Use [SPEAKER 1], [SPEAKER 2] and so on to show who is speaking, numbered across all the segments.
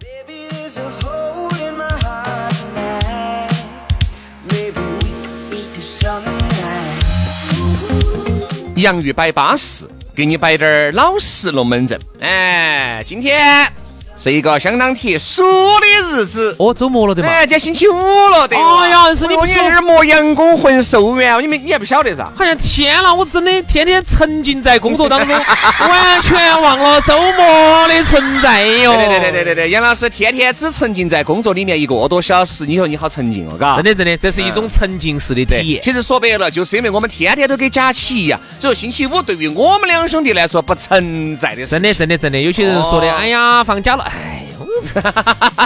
[SPEAKER 1] Maybe there's a hole in my heart tonight. Maybe we could be to something nice.
[SPEAKER 2] 洋芋摆巴适，给你摆点儿老实龙门阵。哎，今天是一个相当特殊的日子。
[SPEAKER 3] 哦，周末了对嘛？
[SPEAKER 2] 哎，今天星期五了，对吧。
[SPEAKER 3] 哎呀是你不
[SPEAKER 2] 我有
[SPEAKER 3] 说
[SPEAKER 2] 点磨洋工混寿元，你们你还不晓得噻？
[SPEAKER 3] 哎呀，天啦！我真的天天沉浸在工作当中，完全忘了周末的存在哟。
[SPEAKER 2] 对对对对对对，杨老师天天只沉浸在工作里面一个多小时，你说你好沉浸哦，嘎
[SPEAKER 3] 真。的真的，这是一种沉浸式的
[SPEAKER 2] 对
[SPEAKER 3] 体验。
[SPEAKER 2] 其实说白了，就是因为我们天天都跟假期一样，所以说星期五对于我们两兄弟来说不存在的事。
[SPEAKER 3] 真的真的真的，有些人说的，
[SPEAKER 2] 哦
[SPEAKER 3] 哎呀，放假了，哎呦，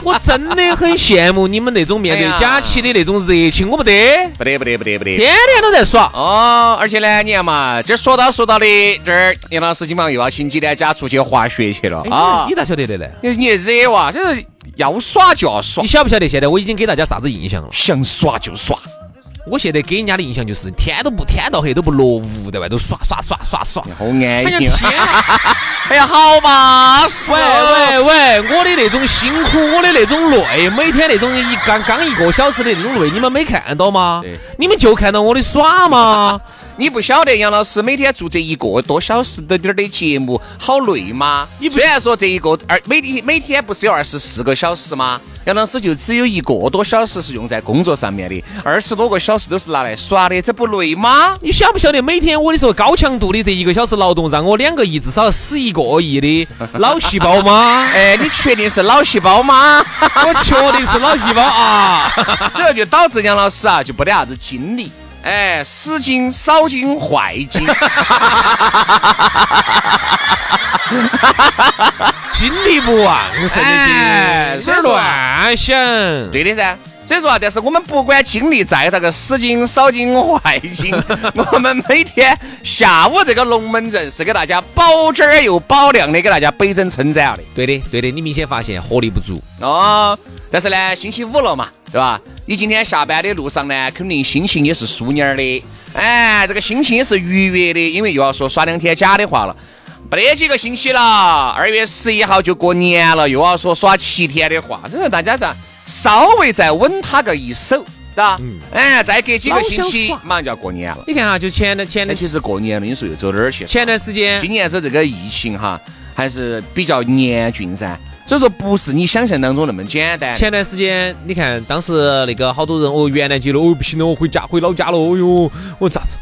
[SPEAKER 3] 我真的很羡慕你们那种面对
[SPEAKER 2] 哎呀
[SPEAKER 3] 假期的那种热情，我不得，
[SPEAKER 2] 不得不得不得不得。
[SPEAKER 3] 天天都在耍。
[SPEAKER 2] 哦，而且呢，你看嘛，这说到说到的，这儿杨老师今晚又要请几天假出去滑雪去了
[SPEAKER 3] 哎
[SPEAKER 2] 啊
[SPEAKER 3] 你！咋晓得的呢？
[SPEAKER 2] 你你惹哇，就是要耍就要耍
[SPEAKER 3] 你，晓不晓得现在我已经给大家啥子印象了？
[SPEAKER 2] 想耍就耍。
[SPEAKER 3] 我现在给人家的印象就是天都不天到黑都不落屋，在外头耍耍耍耍耍。
[SPEAKER 2] 好安
[SPEAKER 3] 哎呀
[SPEAKER 2] 逸，
[SPEAKER 3] 天啊！
[SPEAKER 2] 哎呀，好巴适哦
[SPEAKER 3] 喂
[SPEAKER 2] 哎
[SPEAKER 3] 喂喂，我的那种辛苦，我的那种累，每天那种一刚刚一个小时的那种累，你们没看到吗
[SPEAKER 2] 对？
[SPEAKER 3] 你们就看到我的耍吗？
[SPEAKER 2] 你不晓得杨老师每天做这一个多小时的点儿的节目，好累吗？
[SPEAKER 3] 你不
[SPEAKER 2] 虽然说这一个二每天每天不是有二十四个小时吗？杨老师就只有一个多小时是用在工作上面的，二十多个小时都是拿来耍的，这不累吗？
[SPEAKER 3] 你晓不晓得每天我的说高强度的这一个小时劳动，让我两个亿至少死一个 亿的脑细胞吗？
[SPEAKER 2] 哎，你确定是脑细胞 吗？
[SPEAKER 3] 我确定是脑细 胞啊！
[SPEAKER 2] 这就导致杨老师啊就没得啥子精力，哎，死精、少精、坏 精。
[SPEAKER 3] 精力不旺盛
[SPEAKER 2] 哎
[SPEAKER 3] 的精，
[SPEAKER 2] 所以说
[SPEAKER 3] 乱想。
[SPEAKER 2] 对的噻。所以说啊，但是我们不管精力再那个死精、少精、坏 精，我们每天下午这个龙门阵是给大家保汁儿又保量的，给大家倍增称赞啊的
[SPEAKER 3] 对的，对的，你明显发现活力不足。
[SPEAKER 2] 哦。但是呢，星期五了嘛，对吧？你今天下班的路上呢，肯定心情也是舒蔫儿的，哎，这个心情也是愉悦的，因为又要说耍两天假的话了。没得几个星期了，二月十一号就过年了，又要说耍七天的话，所以说大家咋稍微再稳他个一手，是吧？哎，再隔几个星期，马上就要过年了。
[SPEAKER 3] 你看啊，就前段前
[SPEAKER 2] 那
[SPEAKER 3] 段
[SPEAKER 2] 哎其实过年了，你说又走哪儿去？哎
[SPEAKER 3] 前段时间
[SPEAKER 2] 今年子这个疫情哈，还是比较严峻噻，所以说不是你想象当中那么简单。
[SPEAKER 3] 前段时间，你看当时那个好多人哦，元旦节了，哦不行了，我回家回老家了，哦哟，我咋子？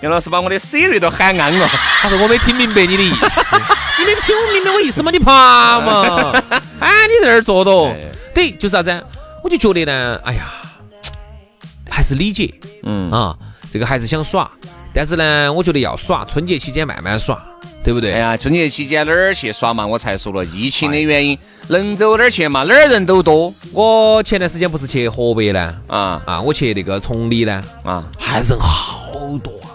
[SPEAKER 2] 杨老师把我的 Siri 都喊安了。
[SPEAKER 3] 他说我没听明白你的意思， 你没听明白我意思吗？你爬 嘛！哎，你在那儿坐到，对，就是啥子？我就觉得呢，哎呀，还是理解
[SPEAKER 2] 嗯
[SPEAKER 3] 啊，这个还是想耍，但是呢，我觉得要耍，春节期间慢慢耍，对不
[SPEAKER 2] 哎
[SPEAKER 3] 对？
[SPEAKER 2] 呀，春节期间哪儿去耍嘛？我才说了，疫情的原因，能走哪儿去嘛？哪儿人都多
[SPEAKER 3] 我哦前段时间不是去河北呢，
[SPEAKER 2] 啊
[SPEAKER 3] 啊，我去那个崇礼呢，
[SPEAKER 2] 啊！
[SPEAKER 3] 还人好多啊！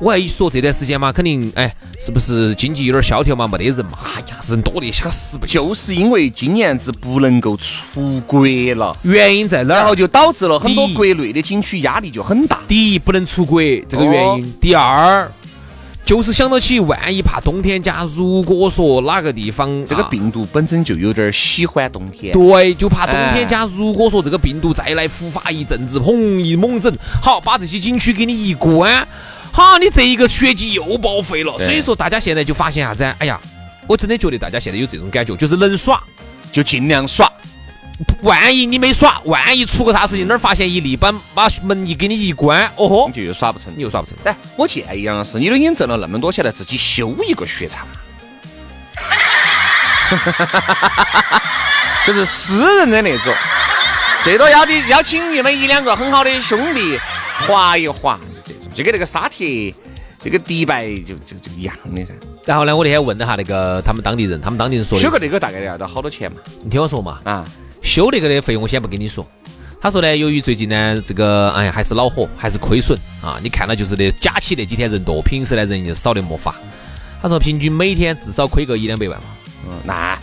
[SPEAKER 3] 我还一说这段时间嘛，肯定哎，是不是经济有点萧条嘛？没得人嘛，哎呀，人多得吓死不
[SPEAKER 2] 就
[SPEAKER 3] 就是
[SPEAKER 2] 因为今年子不能够出国了，
[SPEAKER 3] 原因在哪儿？
[SPEAKER 2] 然后就导致了很多
[SPEAKER 3] 第一
[SPEAKER 2] 国内的景区压力就很大。
[SPEAKER 3] 第一不能出国这个原因，第二就是想到起万一怕冬天家，如果说哪个地方
[SPEAKER 2] 这个
[SPEAKER 3] 啊
[SPEAKER 2] 病毒本身就有点儿喜欢冬天，
[SPEAKER 3] 对，就怕冬天家，如果说这个病毒再来复发一阵子，砰一猛整，好把这些景区给你一关，好，你这一个学期又报废了。
[SPEAKER 2] 对
[SPEAKER 3] 所以说大家现在就发现啥子？哎呀，我真的觉得大家现在有这种感觉，就是能耍
[SPEAKER 2] 就尽量耍。
[SPEAKER 3] 万一你没耍，万一出个啥事情，哪儿发现一例，把把门一给你一关，
[SPEAKER 2] 你
[SPEAKER 3] 哦豁，
[SPEAKER 2] 就又耍不成，
[SPEAKER 3] 你又耍不成。
[SPEAKER 2] 哎，我建议杨老师，你都已经挣了那么多钱了，自己修一个雪场， 就是私人的那种，最多邀的邀请你们一两个很好的兄弟滑一滑，就这种，就跟那个沙特。这个迪拜就就就一样的噻，
[SPEAKER 3] 然后呢，我那天问了下那个他们当地人，他们当地人说的
[SPEAKER 2] 修个
[SPEAKER 3] 是，
[SPEAKER 2] 那个大概要到好多钱嘛？
[SPEAKER 3] 你听我说嘛，
[SPEAKER 2] 啊，
[SPEAKER 3] 修那个的费用我先不跟你说。他说呢，由于最近呢，这个哎呀还是恼火，还是亏损啊。你看到就是那假期那几天人多，平时呢人就少的没法。他说平均每天至少亏个一两百万嘛。
[SPEAKER 2] 嗯，那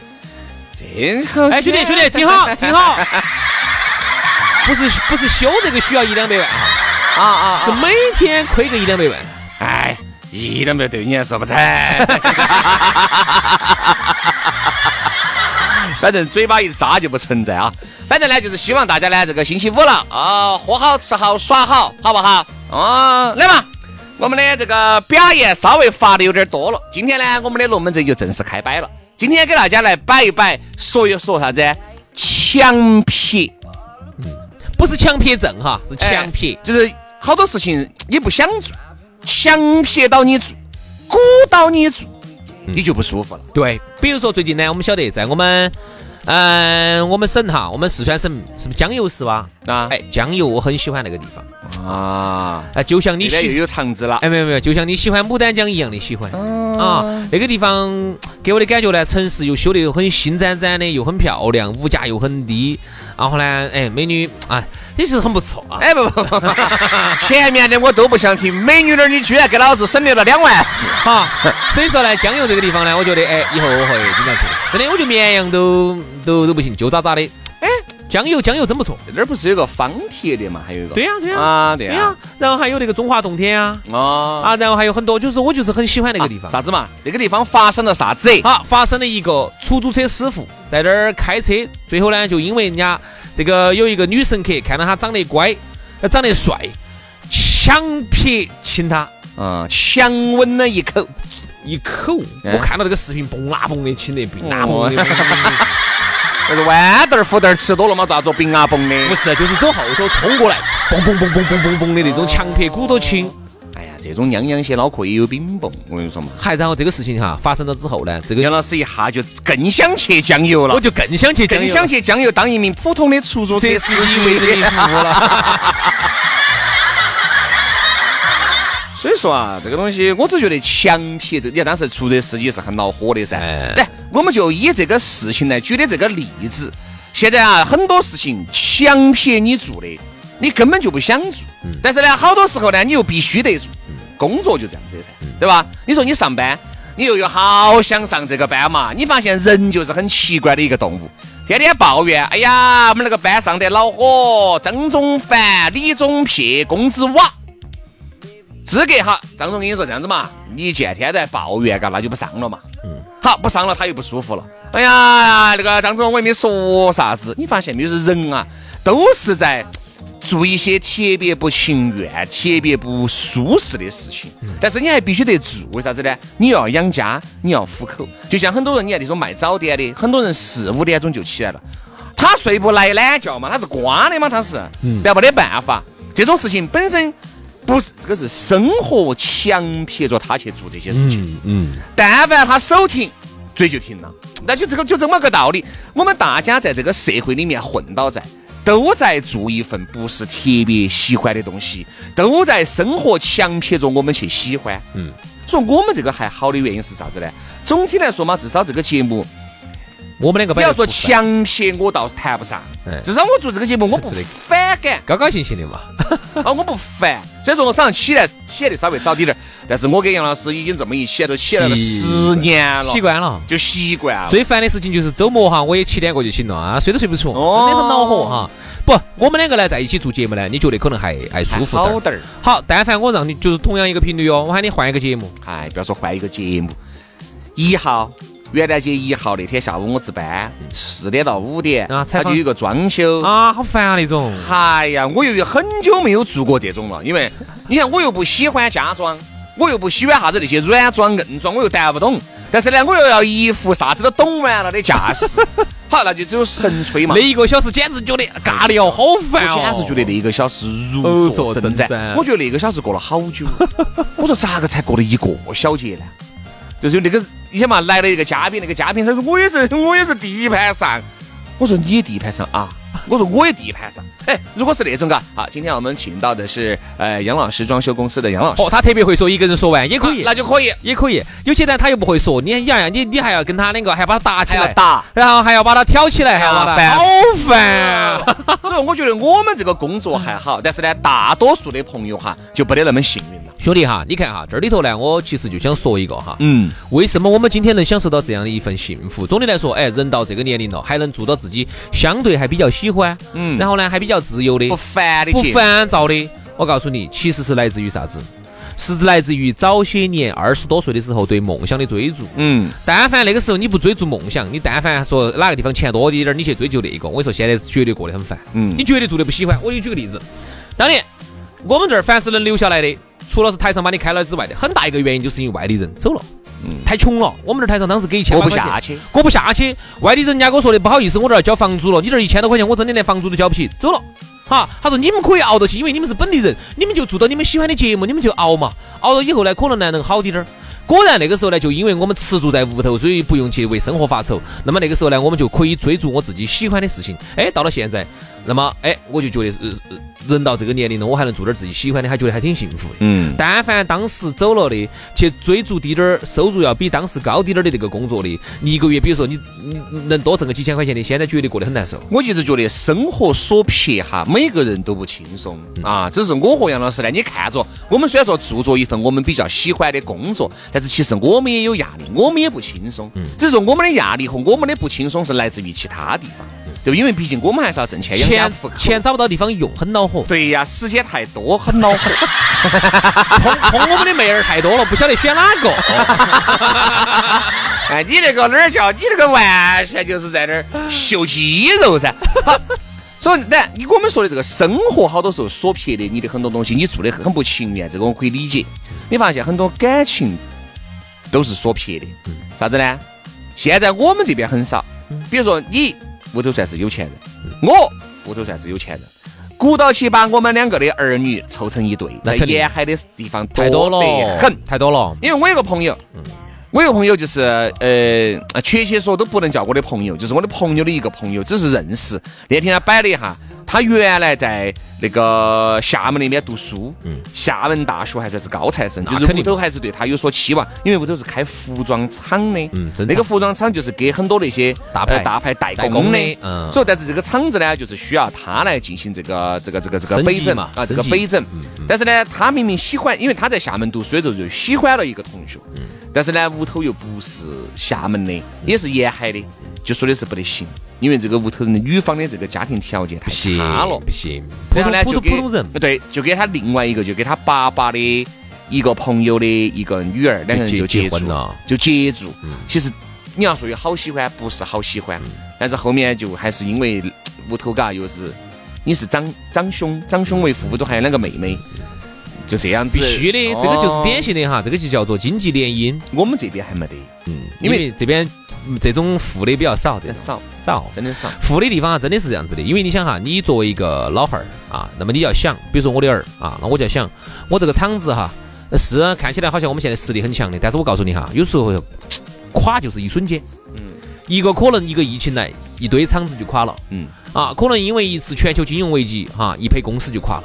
[SPEAKER 2] 这好
[SPEAKER 3] 哎，兄弟兄弟，听 好听好，不是不是修这个需要一两百万啊，
[SPEAKER 2] 啊啊
[SPEAKER 3] 是每天亏个一两百万。
[SPEAKER 2] 哎，一两百对你来说不成， 反正嘴巴一扎就不存在啊。反正呢，就是希望大家呢，这个星期五了啊，喝好吃好耍好，好不好？啊，来嘛，我们的这个表演稍微发的有点多了。今天呢，我们的龙门阵就正式开摆了。今天给大家来摆一摆，说一说啥子强撇。
[SPEAKER 3] 不是强撇症哈，是
[SPEAKER 2] 哎
[SPEAKER 3] 强撇。
[SPEAKER 2] 就是好多事情你不想做，强撇到你做，鼓到你做，
[SPEAKER 3] 嗯
[SPEAKER 2] 你就不舒服了。
[SPEAKER 3] 对，比如说最近呢，我们晓得在我们，嗯、我们省哈，我们四川省是不是江油市哇？
[SPEAKER 2] 啊
[SPEAKER 3] 哎，江油我很喜欢那个地方，
[SPEAKER 2] 啊，
[SPEAKER 3] 哎，就像你
[SPEAKER 2] 里边又
[SPEAKER 3] 喜，
[SPEAKER 2] 有肠子了。
[SPEAKER 3] 哎，没有没有，就像你喜欢牡丹江一样的喜欢。
[SPEAKER 2] 哦
[SPEAKER 3] 啊，那个地方给我的感觉呢，城市又修得又很新崭崭的，又很漂亮，物价又很低，然后呢，哎，美女，哎，也是很不错啊。
[SPEAKER 2] 哎不不 不，不前面的我都不想听，美女儿你居然给老子省略了两万字，
[SPEAKER 3] 哈，啊所以说呢，江油这个地方呢，我觉得哎，以后我会经常去的。真的，我觉得绵阳都都都不行，就渣渣的。哎，江油江油真不错。
[SPEAKER 2] 那儿不是有个方帖的嘛？还有一个
[SPEAKER 3] 对呀、对呀、
[SPEAKER 2] 啊对
[SPEAKER 3] 对
[SPEAKER 2] 呀
[SPEAKER 3] 然后还有那个中华洞天啊，
[SPEAKER 2] 哦
[SPEAKER 3] 啊，然后还有很多，就是我就是很喜欢那个地方。
[SPEAKER 2] 啊
[SPEAKER 3] 啊
[SPEAKER 2] 啥子嘛？那个地方发生了啥子？
[SPEAKER 3] 好，发生了一个出租车师傅在那儿开车，最后呢，就因为人家这个有一个女乘客看到他长得乖，呃长得帅，强撇亲他
[SPEAKER 2] 嗯，强吻了一口，
[SPEAKER 3] 一口。
[SPEAKER 2] 哎
[SPEAKER 3] 哦
[SPEAKER 2] 哦
[SPEAKER 3] 我看到这个视频，嘣啦嘣的亲得比啦嘣的。
[SPEAKER 2] 那个豌豆儿、胡豆儿吃多了嘛，咋做冰啊崩的？
[SPEAKER 3] 不是，就是走后头冲过来，嘣嘣嘣嘣嘣嘣嘣的那种强撇骨头亲。
[SPEAKER 2] 哎呀，这种娘娘些脑壳也有冰崩，我跟你说嘛。
[SPEAKER 3] 还然后这个事情哈发生了之后呢，这个
[SPEAKER 2] 杨老师一下就更想去江油了
[SPEAKER 3] 我，就更想去
[SPEAKER 2] 更
[SPEAKER 3] 江油
[SPEAKER 2] 想去江油当一名普通的出租车
[SPEAKER 3] 这
[SPEAKER 2] 司
[SPEAKER 3] 司机为
[SPEAKER 2] 机
[SPEAKER 3] 你服
[SPEAKER 2] 了。
[SPEAKER 3] 了。
[SPEAKER 2] 所以说啊，这个东西我只觉得强撇，这你看当时出租车司机是很恼火的噻。
[SPEAKER 3] 哎
[SPEAKER 2] 来，我们就以这个事情来举的这个例子。现在啊，很多事情强撇你做的，你根本就不想做，但是呢，好多时候呢，你又必须得做。工作就这样子的噻，对吧？你说你上班，你又有好想上这个班嘛？你发现人就是很奇怪的一个动物，天天抱怨，哎呀，我们那个班上得恼火，张总烦，李总撇，工资哇。资格哈，张总跟你说这样子嘛，你见天在抱怨，嘎，那就不上了嘛。嗯，好，不上了他又不舒服了。哎呀，那个张总我也没说啥子，你发现没有？就是人啊，都是在做一些特别不情愿、特别不舒适的事情，但是你还必须得做，为啥子呢？你要养家，你要糊口。就像很多人，你看那种卖早点的，很多人四五点钟就起来了，他睡不来懒觉嘛，他是瓜的嘛，他是，但没得办法，这种事情本身。不是，这个是生活强迫着他去做这些事情。
[SPEAKER 3] 嗯，
[SPEAKER 2] 但凡他手停，嘴就停了。那就这个就这么个道理。我们大家在这个社会里面混到在，都在做一份不是特别喜欢的东西，都在生活强迫着我们去喜欢。嗯，所以我们这个还好的原因是啥子呢？总体来说嘛，至少这个节目，
[SPEAKER 3] 我们两个
[SPEAKER 2] 不
[SPEAKER 3] 摆
[SPEAKER 2] 要
[SPEAKER 3] 得
[SPEAKER 2] 说
[SPEAKER 3] 啊不错
[SPEAKER 2] 强迫，我倒谈不上
[SPEAKER 3] 哎。
[SPEAKER 2] 至少我做这个节目，我不
[SPEAKER 3] 是的
[SPEAKER 2] 反感。
[SPEAKER 3] 高高兴兴的嘛。
[SPEAKER 2] 啊，我不烦。虽然说我早上起来起来的稍微早点点儿，但是我跟杨老师已经这么一起来都起来了十年了，
[SPEAKER 3] 习惯了。
[SPEAKER 2] 就习惯了。
[SPEAKER 3] 啊最烦的事情就是周末哈，我也七点过就醒了啊，睡都睡不着，
[SPEAKER 2] 哦
[SPEAKER 3] 真的很恼火哈。不，我们两个呢在一起做节目呢，你觉得可能还还舒服
[SPEAKER 2] 好
[SPEAKER 3] 点儿。
[SPEAKER 2] 点儿，
[SPEAKER 3] 好，但凡我让你就是同样一个频率哦，我喊你换一个节目，
[SPEAKER 2] 哎，不要说换一个节目，一号。元旦节一号那天下午我值班，四点到五点，
[SPEAKER 3] 啊采
[SPEAKER 2] 他
[SPEAKER 3] 访
[SPEAKER 2] 就有一个装修。
[SPEAKER 3] 啊，好烦啊那种。
[SPEAKER 2] 哎呀，我由于很久没有做过这种了，因为你看我又不喜欢家装，我又不喜欢啥子那些 软装硬装，我又谈不懂。但是呢，我又要一副啥子都懂完了的架势，好，那就只有神吹嘛
[SPEAKER 3] 那。一个小时简直觉得尬聊好烦
[SPEAKER 2] 我
[SPEAKER 3] 哦，
[SPEAKER 2] 简直觉得那一个小时
[SPEAKER 3] 如
[SPEAKER 2] 如
[SPEAKER 3] 哦坐
[SPEAKER 2] 坐
[SPEAKER 3] 针
[SPEAKER 2] 针
[SPEAKER 3] 毡
[SPEAKER 2] 毡。我觉得那个小时过了好 久，我说咋个才过了一个小节呢？就是那个以前嘛，来了一个嘉宾，那个嘉宾他说我也是我也是地盘上，我说你也地盘上啊。我说我也地盘上，哎，如果是那种嘎，啊，今天我们请到的是呃杨老师装修公司的杨老师，
[SPEAKER 3] 哦，他特别会说，一个人说完也可以，
[SPEAKER 2] 啊那就可以，
[SPEAKER 3] 也可以。有些呢，他又不会说，你你还要你你还要跟他两个，还要把他打起
[SPEAKER 2] 还
[SPEAKER 3] 来
[SPEAKER 2] 要打 啊
[SPEAKER 3] 然后还要把他挑起来，还要把他
[SPEAKER 2] 麻
[SPEAKER 3] 好烦。啊
[SPEAKER 2] 所以我觉得我们这个工作还好，但是呢，大多数的朋友哈就不得那么幸运了。
[SPEAKER 3] 兄弟哈，你看哈，这里头呢，我其实就想说一个哈，
[SPEAKER 2] 嗯，
[SPEAKER 3] 为什么我们今天能享受到这样的一份幸福？总的来说，哎，人到这个年龄了，还能做到自己相对还比较喜欢，
[SPEAKER 2] 嗯
[SPEAKER 3] 然后呢还比较自由的，
[SPEAKER 2] 不烦的
[SPEAKER 3] 不
[SPEAKER 2] 去，
[SPEAKER 3] 烦躁的。我告诉你，其实是来自于啥子？是来自于早些年二十多岁的时候对梦想的追逐。
[SPEAKER 2] 嗯，
[SPEAKER 3] 但凡那个时候你不追逐梦想，你但凡说哪个地方钱多一点儿，你去追求那个，我跟你说现在是绝对过得很烦。
[SPEAKER 2] 嗯
[SPEAKER 3] 你绝对做得不喜欢。我给你举个例子，当年我们这儿凡是能留下来的，除了是台上把你开了之外的，很大一个原因就是因为外地人走了。太穷了，我们这儿台上当时给一
[SPEAKER 2] 嗯
[SPEAKER 3] 千
[SPEAKER 2] 过不下去，
[SPEAKER 3] 过不下去。外地人家跟我说的，不好意思，我这儿交房租了，你这儿一千多块钱，我真的连房租都交不起，走了。哈，他说你们可以熬得起，因为你们是本地人，你们就做到你们喜欢的节目，你们就熬嘛，熬了以后呢，可能呢能好滴点儿。果然那个时候呢，就因为我们吃住在屋头，所以不用去为生活发愁。那么那个时候呢，我们就可以追逐我自己喜欢的事情。哎，到了现在，那么哎，我就觉得呃，呃人到这个年龄了，我还能做点自己喜欢的，还觉得还挺幸福的。
[SPEAKER 2] 嗯，
[SPEAKER 3] 但凡当时走了的，去追逐滴点儿收入要比当时高滴点儿的这个工作的，你一个月比如说你你你能多挣个几千块钱的，现在觉得过得很难受。
[SPEAKER 2] 我一直觉得生活所迫哈，每个人都不轻松啊。只是我和杨老师呢，你看着我们虽然说做着一份我们比较喜欢的工作，但是其实我们也有压力，我们也不轻松。只是说我们的压力和我们的不轻松是来自于其他地方，就因为毕竟我们还是要挣钱养哎家
[SPEAKER 3] 钱
[SPEAKER 2] 糊口。
[SPEAKER 3] 钱找不到地方用，很恼火。
[SPEAKER 2] 对呀，时间太多，很恼火。
[SPEAKER 3] 碰碰我们的妹儿太多了，不晓得选哪个。
[SPEAKER 2] 哎，你那个哪儿叫？你那个完全就是在那儿秀肌肉噻。所以，但你跟我们说的这个生活，好多时候所撇的，你的很多东西你做的很不情愿，这个我可以理解。你发现很多感情都是所撇的，
[SPEAKER 3] 嗯
[SPEAKER 2] 啥子呢？现在我们这边很少，比如说你屋头算是有钱人，
[SPEAKER 3] 嗯
[SPEAKER 2] 我屋头算是有钱人。鼓捣起把我们两个的儿女凑成一对，
[SPEAKER 3] 那
[SPEAKER 2] 在
[SPEAKER 3] 肯定
[SPEAKER 2] 沿海的地方
[SPEAKER 3] 太多了
[SPEAKER 2] 得很，，
[SPEAKER 3] 哦太多了。
[SPEAKER 2] 因为我有个朋友，
[SPEAKER 3] 嗯
[SPEAKER 2] 我有个朋友就是呃，确切说都不能叫我的朋友，就是我的朋友的一个朋友，只是认识。那天他摆了一下，他原来在那个厦门那边读书，厦门大学还算是高材生，
[SPEAKER 3] 嗯那
[SPEAKER 2] 就是
[SPEAKER 3] 肯定
[SPEAKER 2] 屋头还是对他有所期望，因为屋头是开服装厂的，
[SPEAKER 3] 嗯真
[SPEAKER 2] 那个
[SPEAKER 3] 厂
[SPEAKER 2] 服装厂就是给很多那些
[SPEAKER 3] 大牌
[SPEAKER 2] 呃大牌代
[SPEAKER 3] 代
[SPEAKER 2] 工
[SPEAKER 3] 工
[SPEAKER 2] 的
[SPEAKER 3] 的，嗯
[SPEAKER 2] 所以但是这个厂子呢，就是需要他来进行这个这个这个这个
[SPEAKER 3] 升级
[SPEAKER 2] 北整
[SPEAKER 3] 嘛
[SPEAKER 2] 啊，这个
[SPEAKER 3] 升级
[SPEAKER 2] 北整。
[SPEAKER 3] 嗯
[SPEAKER 2] 但是呢，他明明喜欢，因为他在厦门读书的时候就喜欢了一个同学，
[SPEAKER 3] 嗯
[SPEAKER 2] 但是呢，屋头又不是厦门的，也是沿海的，就说的是不得行，因为这个屋头人女方的这个家庭条件太
[SPEAKER 3] 不行
[SPEAKER 2] 差了，
[SPEAKER 3] 不行，普
[SPEAKER 2] 然后
[SPEAKER 3] 通
[SPEAKER 2] 呢，
[SPEAKER 3] 普
[SPEAKER 2] 就给
[SPEAKER 3] 通
[SPEAKER 2] 呃
[SPEAKER 3] 普通人，
[SPEAKER 2] 对，就给他另外一个，就给他爸爸的一个朋友的一个女儿，两个人
[SPEAKER 3] 结
[SPEAKER 2] 就接
[SPEAKER 3] 结
[SPEAKER 2] 触
[SPEAKER 3] 婚了嗯
[SPEAKER 2] 就接住。其实你要说有好喜欢，不是好喜欢，但是后面就还是因为屋头嘎又是你是长长兄，长兄为父，屋头还有两个妹妹，就这样子。
[SPEAKER 3] 嗯必须的，
[SPEAKER 2] 哦
[SPEAKER 3] 这个就是典
[SPEAKER 2] 型。
[SPEAKER 3] 型的哈，这个就叫做经济联姻。
[SPEAKER 2] 我们这边还没得，
[SPEAKER 3] 嗯，
[SPEAKER 2] 因
[SPEAKER 3] 因
[SPEAKER 2] 为
[SPEAKER 3] 为这边嗯这种富的比较少，这种
[SPEAKER 2] 少
[SPEAKER 3] 少。
[SPEAKER 2] 真的少。
[SPEAKER 3] 富的地方啊，真的是这样子的，因为你想哈，你作为一个老汉儿啊，那么你要想，比如说我的儿啊，那我就要想，我这个厂子哈，呃是看起来好像我们现在实力很强的，但是我告诉你哈，有时候嘖垮就是一瞬间，嗯，一个可能一个疫情来，一堆厂子就垮了，
[SPEAKER 2] 嗯，
[SPEAKER 3] 啊，可能因为一次全球金融危机哈、一批公司就垮了。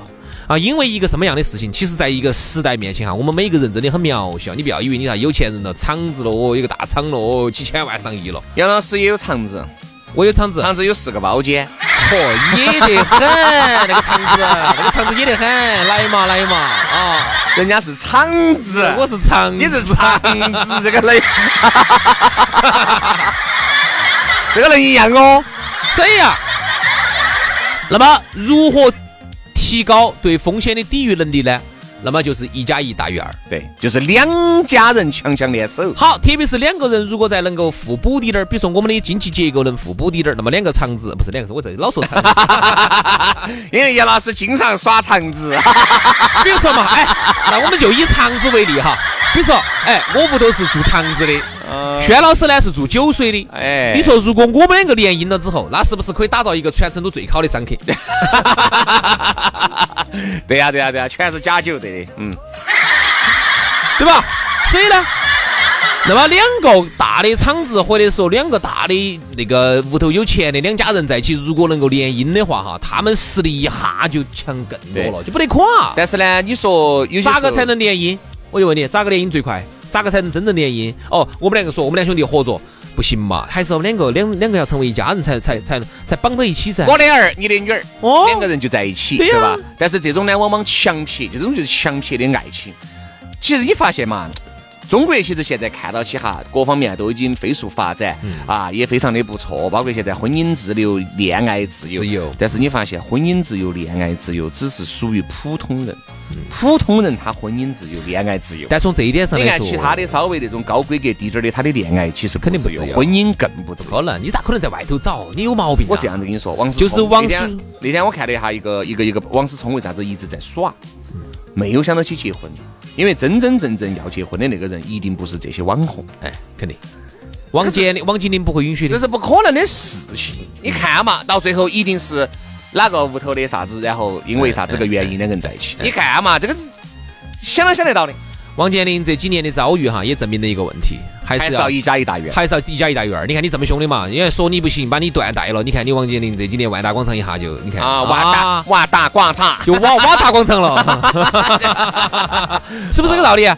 [SPEAKER 3] 啊，因为一个什么样的事情，其实在一个时代面前哈，我们每个人真的很渺小。你不要以为你啥有钱人了，厂子了，哦，有个大厂了，哦，几千万上亿了。
[SPEAKER 2] 杨老师也有肠子，
[SPEAKER 3] 我有厂子，
[SPEAKER 2] 肠子有四个包间。
[SPEAKER 3] 嚯，野哦得很，那个肠子，那个肠子野得很，来嘛来嘛啊！
[SPEAKER 2] 人家是厂子，
[SPEAKER 3] 我是肠，
[SPEAKER 2] 你是肠子这个 雷，这个能一样哦。
[SPEAKER 3] 谁呀？那么如何提高对风险的抵御能力呢？那么就是一加一大于二。
[SPEAKER 2] 对，就是两家人强强联手。
[SPEAKER 3] 好，特别是两个人如果再能够互补滴点儿，比如说我们的经济结构能互补滴点儿，那么两个肠子不是两个，我这老说肠子，
[SPEAKER 2] 因为杨老师经常耍肠 子，啊
[SPEAKER 3] 比如说嘛，哎，那我们就以肠子为例哈，比如说，哎，我屋头是做肠子的，轩老师呢是做酒水的。
[SPEAKER 2] 哎
[SPEAKER 3] 你说如果我们两个联姻了之后，那是不是可以打造一个全成都最好的商客？
[SPEAKER 2] 对呀、对呀、对呀、全是假酒，对的，嗯，
[SPEAKER 3] 对吧？所以呢，那么两个大的厂子或者说两个大的那个屋头有钱的两家人在一起，如果能够联姻的话，哈，他们实力一下就强更多了，就不得垮。
[SPEAKER 2] 但是呢，你说有些
[SPEAKER 3] 咋
[SPEAKER 2] 时
[SPEAKER 3] 个
[SPEAKER 2] 候
[SPEAKER 3] 才？能联姻？我就问你，咋个联姻最快？咋个才能真正联姻？哦，我们两个说，我们两兄弟合作不行嘛，还是我们两个两两个要成为一家人才才才才绑到一起噻。
[SPEAKER 2] 我的儿，你的女儿，
[SPEAKER 3] 哦
[SPEAKER 2] 两个人就在一起，
[SPEAKER 3] 对
[SPEAKER 2] 对
[SPEAKER 3] 呀
[SPEAKER 2] 吧？但是这种呢，往往强撇，这种就是强撇的爱情。其实你发现嘛，中国其实现在看到起哈，各方面都已经飞速发展、
[SPEAKER 3] 嗯
[SPEAKER 2] 啊，也非常的不错，包括现在婚姻自由、恋爱自由。
[SPEAKER 3] 自由
[SPEAKER 2] 但是你发现，婚姻自由、恋爱自由只是属于普通人，
[SPEAKER 3] 嗯
[SPEAKER 2] 普通人他婚姻自由、恋爱自由。
[SPEAKER 3] 但从这一点上
[SPEAKER 2] 你
[SPEAKER 3] 来
[SPEAKER 2] 看
[SPEAKER 3] 说，
[SPEAKER 2] 其他的稍微那种高规格低点儿的，他的恋爱其实
[SPEAKER 3] 肯定不自
[SPEAKER 2] 由，
[SPEAKER 3] 由
[SPEAKER 2] 婚姻更不自由。
[SPEAKER 3] 可能你咋可能在外头找？你有毛病、啊！
[SPEAKER 2] 我这样子跟你说，王思
[SPEAKER 3] 就是
[SPEAKER 2] 聪
[SPEAKER 3] 王
[SPEAKER 2] 那天
[SPEAKER 3] 思
[SPEAKER 2] 那天我看了一下一个一个一个王思聪为啥子一直在耍，没有想到去结婚，因为真真正正要结婚的那个人一定不是这些网红，
[SPEAKER 3] 哎，肯定。王健林，王健林不会允许
[SPEAKER 2] 这
[SPEAKER 3] 的。
[SPEAKER 2] 是不可能的事情。你看嘛，到最后一定是哪个屋头的啥子，然后因为啥子个原因两个人在一起。你看嘛，这个是想都想得到的，
[SPEAKER 3] 王健林这几年的遭遇哈，也证明了一个问题，还
[SPEAKER 2] 还
[SPEAKER 3] 是
[SPEAKER 2] 是要
[SPEAKER 3] 要
[SPEAKER 2] 一家一大院。
[SPEAKER 3] 还是要一家一大院儿。你看你这么凶的嘛，人家说你不行，把你断代了。你看你王健林这几年万达广场一下就，你看
[SPEAKER 2] 啊，哇大哇大广场，
[SPEAKER 3] 就挖挖大广场了，是不是这个道理？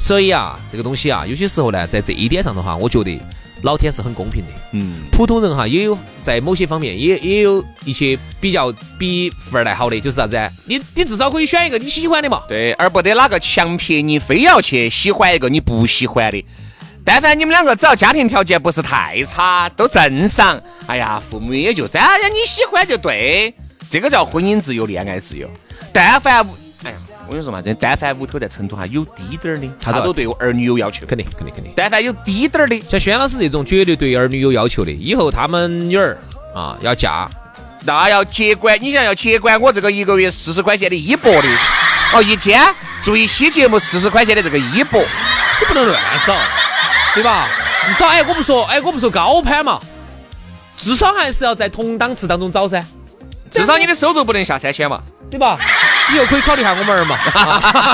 [SPEAKER 3] 所以啊，这个东西啊，有些时候呢，在这一点上的话，我觉得老天是很公平的。
[SPEAKER 2] 嗯，
[SPEAKER 3] 普通人哈，也有在某些方面也也有一些比较比富二代好的，就是啥子啊？你你至少可以选一个你喜欢的嘛。
[SPEAKER 2] 对，而不得哪个强迫你非要去喜欢一个你不喜欢的。但凡你们两个只要家庭条件不是太差，都正常，哎呀，父母也就这样，你喜欢就对，这个叫婚姻自由、恋爱自由。但凡屋，哎呀，我跟你说嘛，这但凡屋头在成都哈有低点儿的，
[SPEAKER 3] 他
[SPEAKER 2] 他
[SPEAKER 3] 都
[SPEAKER 2] 都对我儿女有要求。
[SPEAKER 3] 肯定肯定肯定。
[SPEAKER 2] 但凡有低点儿的，
[SPEAKER 3] 像轩老师这种绝对对儿女有要求的，以后他们女儿啊要嫁，
[SPEAKER 2] 那要接管，你想要接管我这个一个月四十块钱的衣钵的，哦，一天做一期节目四十块钱的这个衣钵，
[SPEAKER 3] 你不能乱找，对吧？至少哎，我不说哎，我不说高攀嘛，至少还是要在同档次当中找噻，
[SPEAKER 2] 至少你的收入不能下三千嘛。
[SPEAKER 3] 对吧？以后可以考虑下我们儿嘛，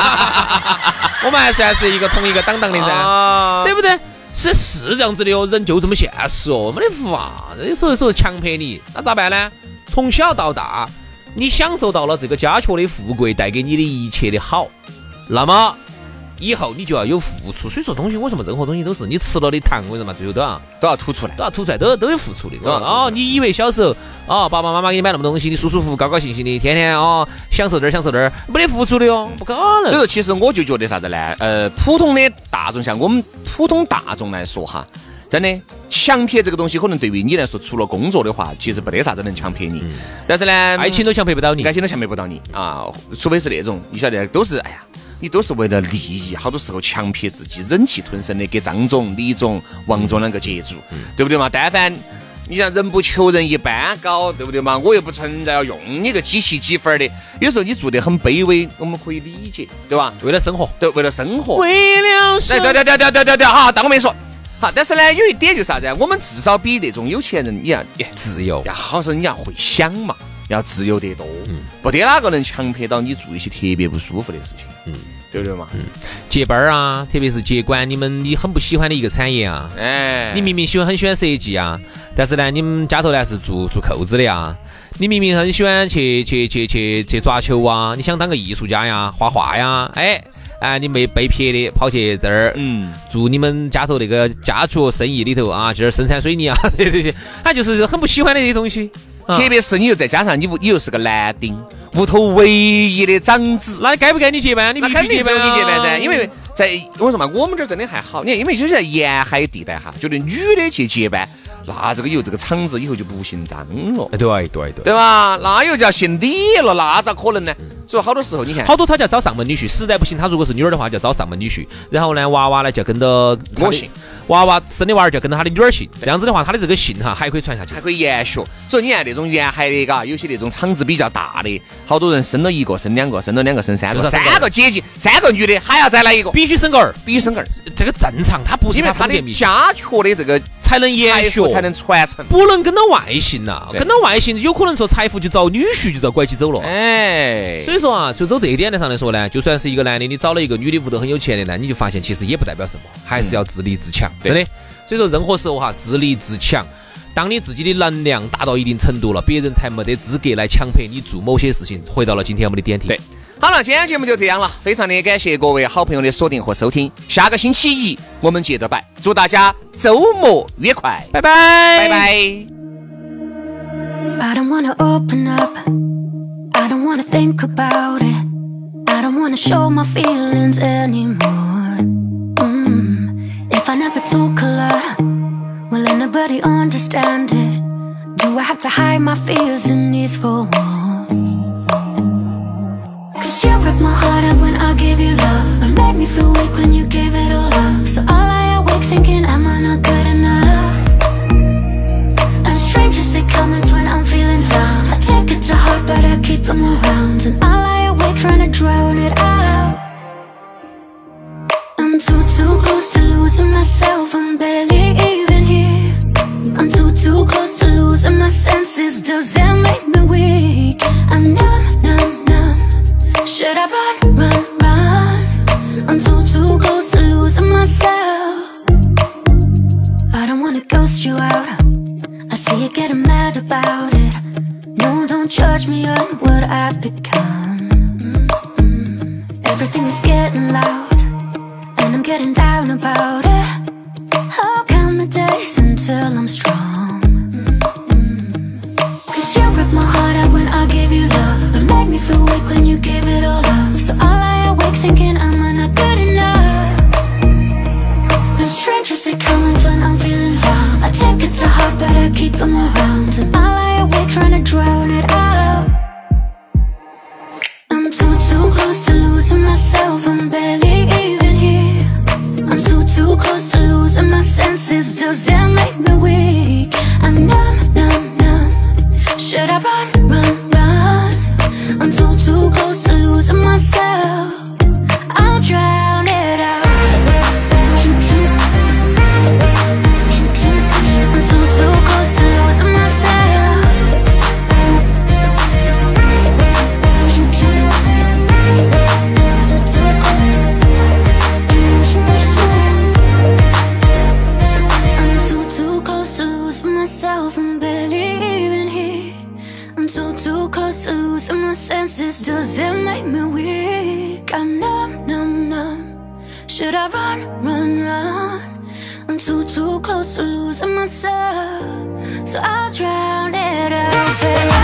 [SPEAKER 3] 我们还算是一个同一个档档的噻，
[SPEAKER 2] 啊
[SPEAKER 3] 对不对？是是这样子的哦，人就这么现实哦，没得法。有时候说强迫你，那咋办呢？从小到大，你享受到了这个家雀的富贵带给你的一切的好，那么以后你就要有付出。所以说东西，我说嘛，任何东西都是你吃了的糖，我跟你说嘛，最后都要
[SPEAKER 2] 都要吐出来。
[SPEAKER 3] 都要吐出来，都都有付出的。
[SPEAKER 2] 要吐出来
[SPEAKER 3] 哦，你以为小时候哦，爸爸妈妈给你买那么多东西，你舒舒服服、高高兴兴的，天天哦享受这儿享受那儿，没得付出的哦，不可
[SPEAKER 2] 所以
[SPEAKER 3] 能。
[SPEAKER 2] 说，其实我就觉得啥子呢？呃，普通的大众，像我们普通大众来说哈，真的强迫这个东西，可能对于你来说，除了工作的话，其实没得啥子能强迫你。但是呢，
[SPEAKER 3] 嗯爱情都强迫不到你
[SPEAKER 2] 爱，情都强迫不到你啊，除非是那种你晓得，都是哎呀，你都是为了利益，好多时候强迫自己忍气吞声的给张总、李总、王总两个接触，对不对嘛？但凡你像人不求人一般高，对不对嘛？我又不存在要用你个几七几分儿的，有时候你做得很卑微，我们可以理解，对吧？
[SPEAKER 3] 为了生活，
[SPEAKER 2] 对，为了生活，
[SPEAKER 3] 为了
[SPEAKER 2] 来，对对对对对对对，好，当我没说。好，但是呢，有一点就是啥子啊？我们至少比那种有钱人，你要哎
[SPEAKER 3] 自由。
[SPEAKER 2] 要好生你要会想嘛，要自由得多，
[SPEAKER 3] 嗯
[SPEAKER 2] 不得哪个能强迫到你做一些特别不舒服的事情，
[SPEAKER 3] 嗯
[SPEAKER 2] 对不对嘛？
[SPEAKER 3] 接班儿啊，特别是接管你们你很不喜欢的一个产业啊，
[SPEAKER 2] 哎，
[SPEAKER 3] 你明明喜欢很喜欢设计啊，但是呢，你们家头呢是做做扣子的呀。你明明很喜欢去去去去去抓球啊，你想当个艺术家呀，画画呀，哎，哎，你没被撇的，跑去这儿，
[SPEAKER 2] 嗯，
[SPEAKER 3] 做你们家头那个家族生意里头啊，就是生产水泥啊， 对对对，他就是很不喜欢的这些东西。啊
[SPEAKER 2] 特别是你又再加上你屋你又是个男丁，屋头唯一的长子，
[SPEAKER 3] 那该不该你结班？你必
[SPEAKER 2] 那肯
[SPEAKER 3] 须
[SPEAKER 2] 定
[SPEAKER 3] 结
[SPEAKER 2] 只
[SPEAKER 3] 班、
[SPEAKER 2] 有
[SPEAKER 3] 啊，
[SPEAKER 2] 你结伴噻，因为。在我说嘛，我们这儿真的还好，你看，因为就是在沿海地带哈，觉得女的去结伴，那这个以后这个厂子以后就不姓张了，
[SPEAKER 3] 哎对对对，嗯
[SPEAKER 2] 对吧？那又叫姓李了，那咋可能呢？所以好多时候你看，
[SPEAKER 3] 好多他就要找上门女婿，实在不行，他如果是女儿的话，就要找上门女婿。然后呢，娃娃呢就要跟着他的
[SPEAKER 2] 我姓，
[SPEAKER 3] 娃娃生的娃儿就要跟着他的女儿姓。这样子的话，他的这个姓哈还可以传下去
[SPEAKER 2] 还。可以延续。所以你看那种沿海的，嘎，有些那种厂子比较大的，好多人生了一个，生两个，生了两个，生三
[SPEAKER 3] 就
[SPEAKER 2] 个，
[SPEAKER 3] 是要生
[SPEAKER 2] 三个姐姐，三个女的，还要再来一个，
[SPEAKER 3] 必须生个儿，
[SPEAKER 2] 必须生个儿子，
[SPEAKER 3] 这个正常，他不是
[SPEAKER 2] 因为
[SPEAKER 3] 他
[SPEAKER 2] 他
[SPEAKER 3] 封建
[SPEAKER 2] 的
[SPEAKER 3] 迷信，
[SPEAKER 2] 家学的这个
[SPEAKER 3] 才能
[SPEAKER 2] 财
[SPEAKER 3] 延续
[SPEAKER 2] 富，才能传承。
[SPEAKER 3] 不能跟到外姓呐，
[SPEAKER 2] 对
[SPEAKER 3] 跟到外姓有可能说财富就遭女婿就遭拐起走了。
[SPEAKER 2] 哎，
[SPEAKER 3] 所以说啊，就走这一点上来说呢，就算是一个男的，你找了一个女的，屋头很有钱的呢，你就发现其实也不代表什么，还是要自立自强，
[SPEAKER 2] 对
[SPEAKER 3] 真的。所以说，任何时候哈，自立自强。当你自己的能量达到一定程度了，别人才没得资格来强迫你做某些事情。回到了今天我们的点题，
[SPEAKER 2] 对，好了，今天节目就这样了，非常的感谢各位好朋友的锁定和收听，下个星期一我们接着摆，祝大家周末愉快，
[SPEAKER 3] 拜拜，
[SPEAKER 2] 拜拜
[SPEAKER 4] I don't wanna open up. I don't wanna think about it. I don't wanna show my feelings anymore. Mm. If I never took a lot, will anybody understand it? Do I have to hide my fears in these four walls? Cause you ripped my heart out when I gave you love And made me feel weak when you gave it all up So I lie awake thinking, am I not good enough? And strangers they comments when I'm feeling down. I take it to heart, but I keep them around. And I lie awake trying to drown it out. I'm too too close to losing myself. I'm barely even here. I'm too too close to losing my senses. Does that make me weak? I'm numb numb numb. Should I run run run? I'm too too close to losing myself. I don't wanna ghost you out. I see you getting mad about it. No, don't judge me on what I've become. Mm-mm. Everything is getting loud, and I'm getting down about it. How come the days until I'm strong? Mm-mm. Cause you ripped my heart out when I gave you love, and made me feel weak when you gave it all up. So I lie awake thinking I'm not good enough. And strangers they comments when I'm feeling down. I take it to heart, but I keep them around. And I lie awake trying to drown it out. I'm too too close to losing myself. I'm barely even here. I'm too too close to losing my senses. Does that make me weak? I'm numb numb numb. Should I run run run? I'm too too close to losing myself. I'll drown it out. I'm so too close to losing myself. So too close. I'm too too close to losing myself. I'm barely even here. I'm too too close to losing my senses. Does it make me weak? I'm numb numb numb. Should I run, run, run? I'm too, too close to losing myself, so I'll drown it out. Baby.